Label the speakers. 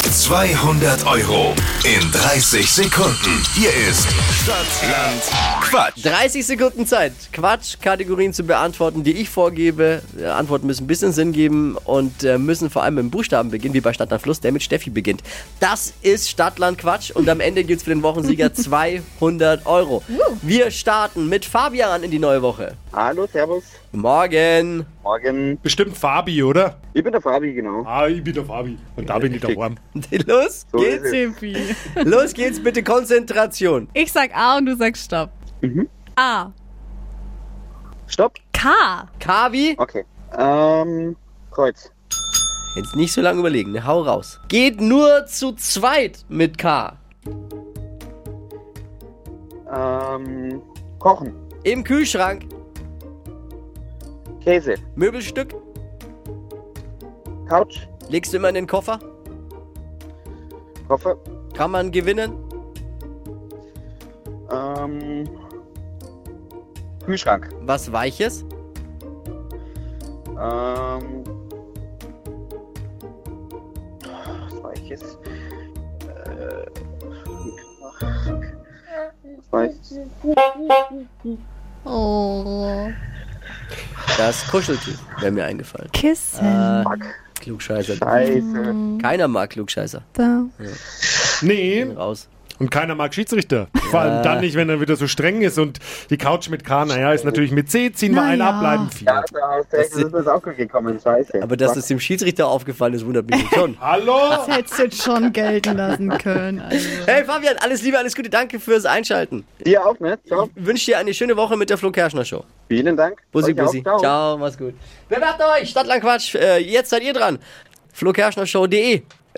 Speaker 1: 200 Euro in 30 Sekunden. Hier ist Stadtland Quatsch.
Speaker 2: 30 Sekunden Zeit, Quatsch-Kategorien zu beantworten, die ich vorgebe. Äh, Antworten müssen ein bisschen Sinn geben und äh, müssen vor allem mit dem Buchstaben beginnen, wie bei Stadtland Fluss, der mit Steffi beginnt. Das ist Stadtland Quatsch und am Ende gibt's für den Wochensieger 200 Euro. Wir starten mit Fabian in die neue Woche.
Speaker 3: Hallo, Servus.
Speaker 2: Morgen.
Speaker 3: Morgen.
Speaker 4: Bestimmt Fabi, oder?
Speaker 3: Ich bin der Fabi, genau.
Speaker 4: Ah, ich bin der Fabi. Und da bin ich der Arm.
Speaker 2: Los
Speaker 3: So ist
Speaker 2: geht's.
Speaker 3: es.
Speaker 5: Tippi.
Speaker 2: Los geht's, bitte Konzentration.
Speaker 5: Ich sag A und du sagst Stopp. A.
Speaker 3: Stopp.
Speaker 5: K.
Speaker 2: Kavi,
Speaker 3: Okay. Ähm, Kreuz.
Speaker 2: jetzt nicht so lange überlegen, ne? hau raus. Geht nur zu zweit mit K.
Speaker 3: Ähm, Kochen.
Speaker 2: Im Kühlschrank,
Speaker 3: Käse.
Speaker 2: Möbelstück,
Speaker 3: Couch.
Speaker 2: legst du immer in den Koffer,
Speaker 3: Koffer.
Speaker 2: kann man gewinnen.
Speaker 3: Ähm, Kühlschrank.
Speaker 2: Was Weiches,
Speaker 3: Ähm, was war ich jetzt? Äh, was war ich?
Speaker 5: Oh.
Speaker 2: das Kuscheltier, wäre mir eingefallen.
Speaker 5: Kissen.
Speaker 2: Klugscheißer.
Speaker 3: Scheiße.
Speaker 2: Keiner mag Klugscheißer.
Speaker 5: Äh.
Speaker 4: Nee,
Speaker 2: Raus.
Speaker 4: und keiner mag Schiedsrichter. Vor allem dann nicht, wenn er wieder so streng ist und die Couch mit K, naja, ist natürlich mit C, ziehen wir
Speaker 5: Na
Speaker 4: einen
Speaker 5: ja.
Speaker 4: ab, bleiben vier.
Speaker 3: Ja, da hast du recht, das ist mir auch gut gekommen. Scheiße.
Speaker 2: Aber dass es dem Schiedsrichter aufgefallen ist, wundert mich schon.
Speaker 4: Hallo?
Speaker 5: Das hättest du jetzt schon gelten lassen können. Also.
Speaker 2: Hey Fabian, alles Liebe, alles Gute, danke fürs Einschalten.
Speaker 3: Dir auch, ne? Ciao.
Speaker 2: Wünsche dir eine schöne Woche mit der Flo Kerschner Show.
Speaker 3: Vielen Dank.
Speaker 2: Bussi,
Speaker 3: Euch auch.
Speaker 2: Bussi. Ciao. mach's gut. Bewerbt euch, Stadtlandquatsch. Äh, jetzt seid ihr dran. flokerschnershow.de. E.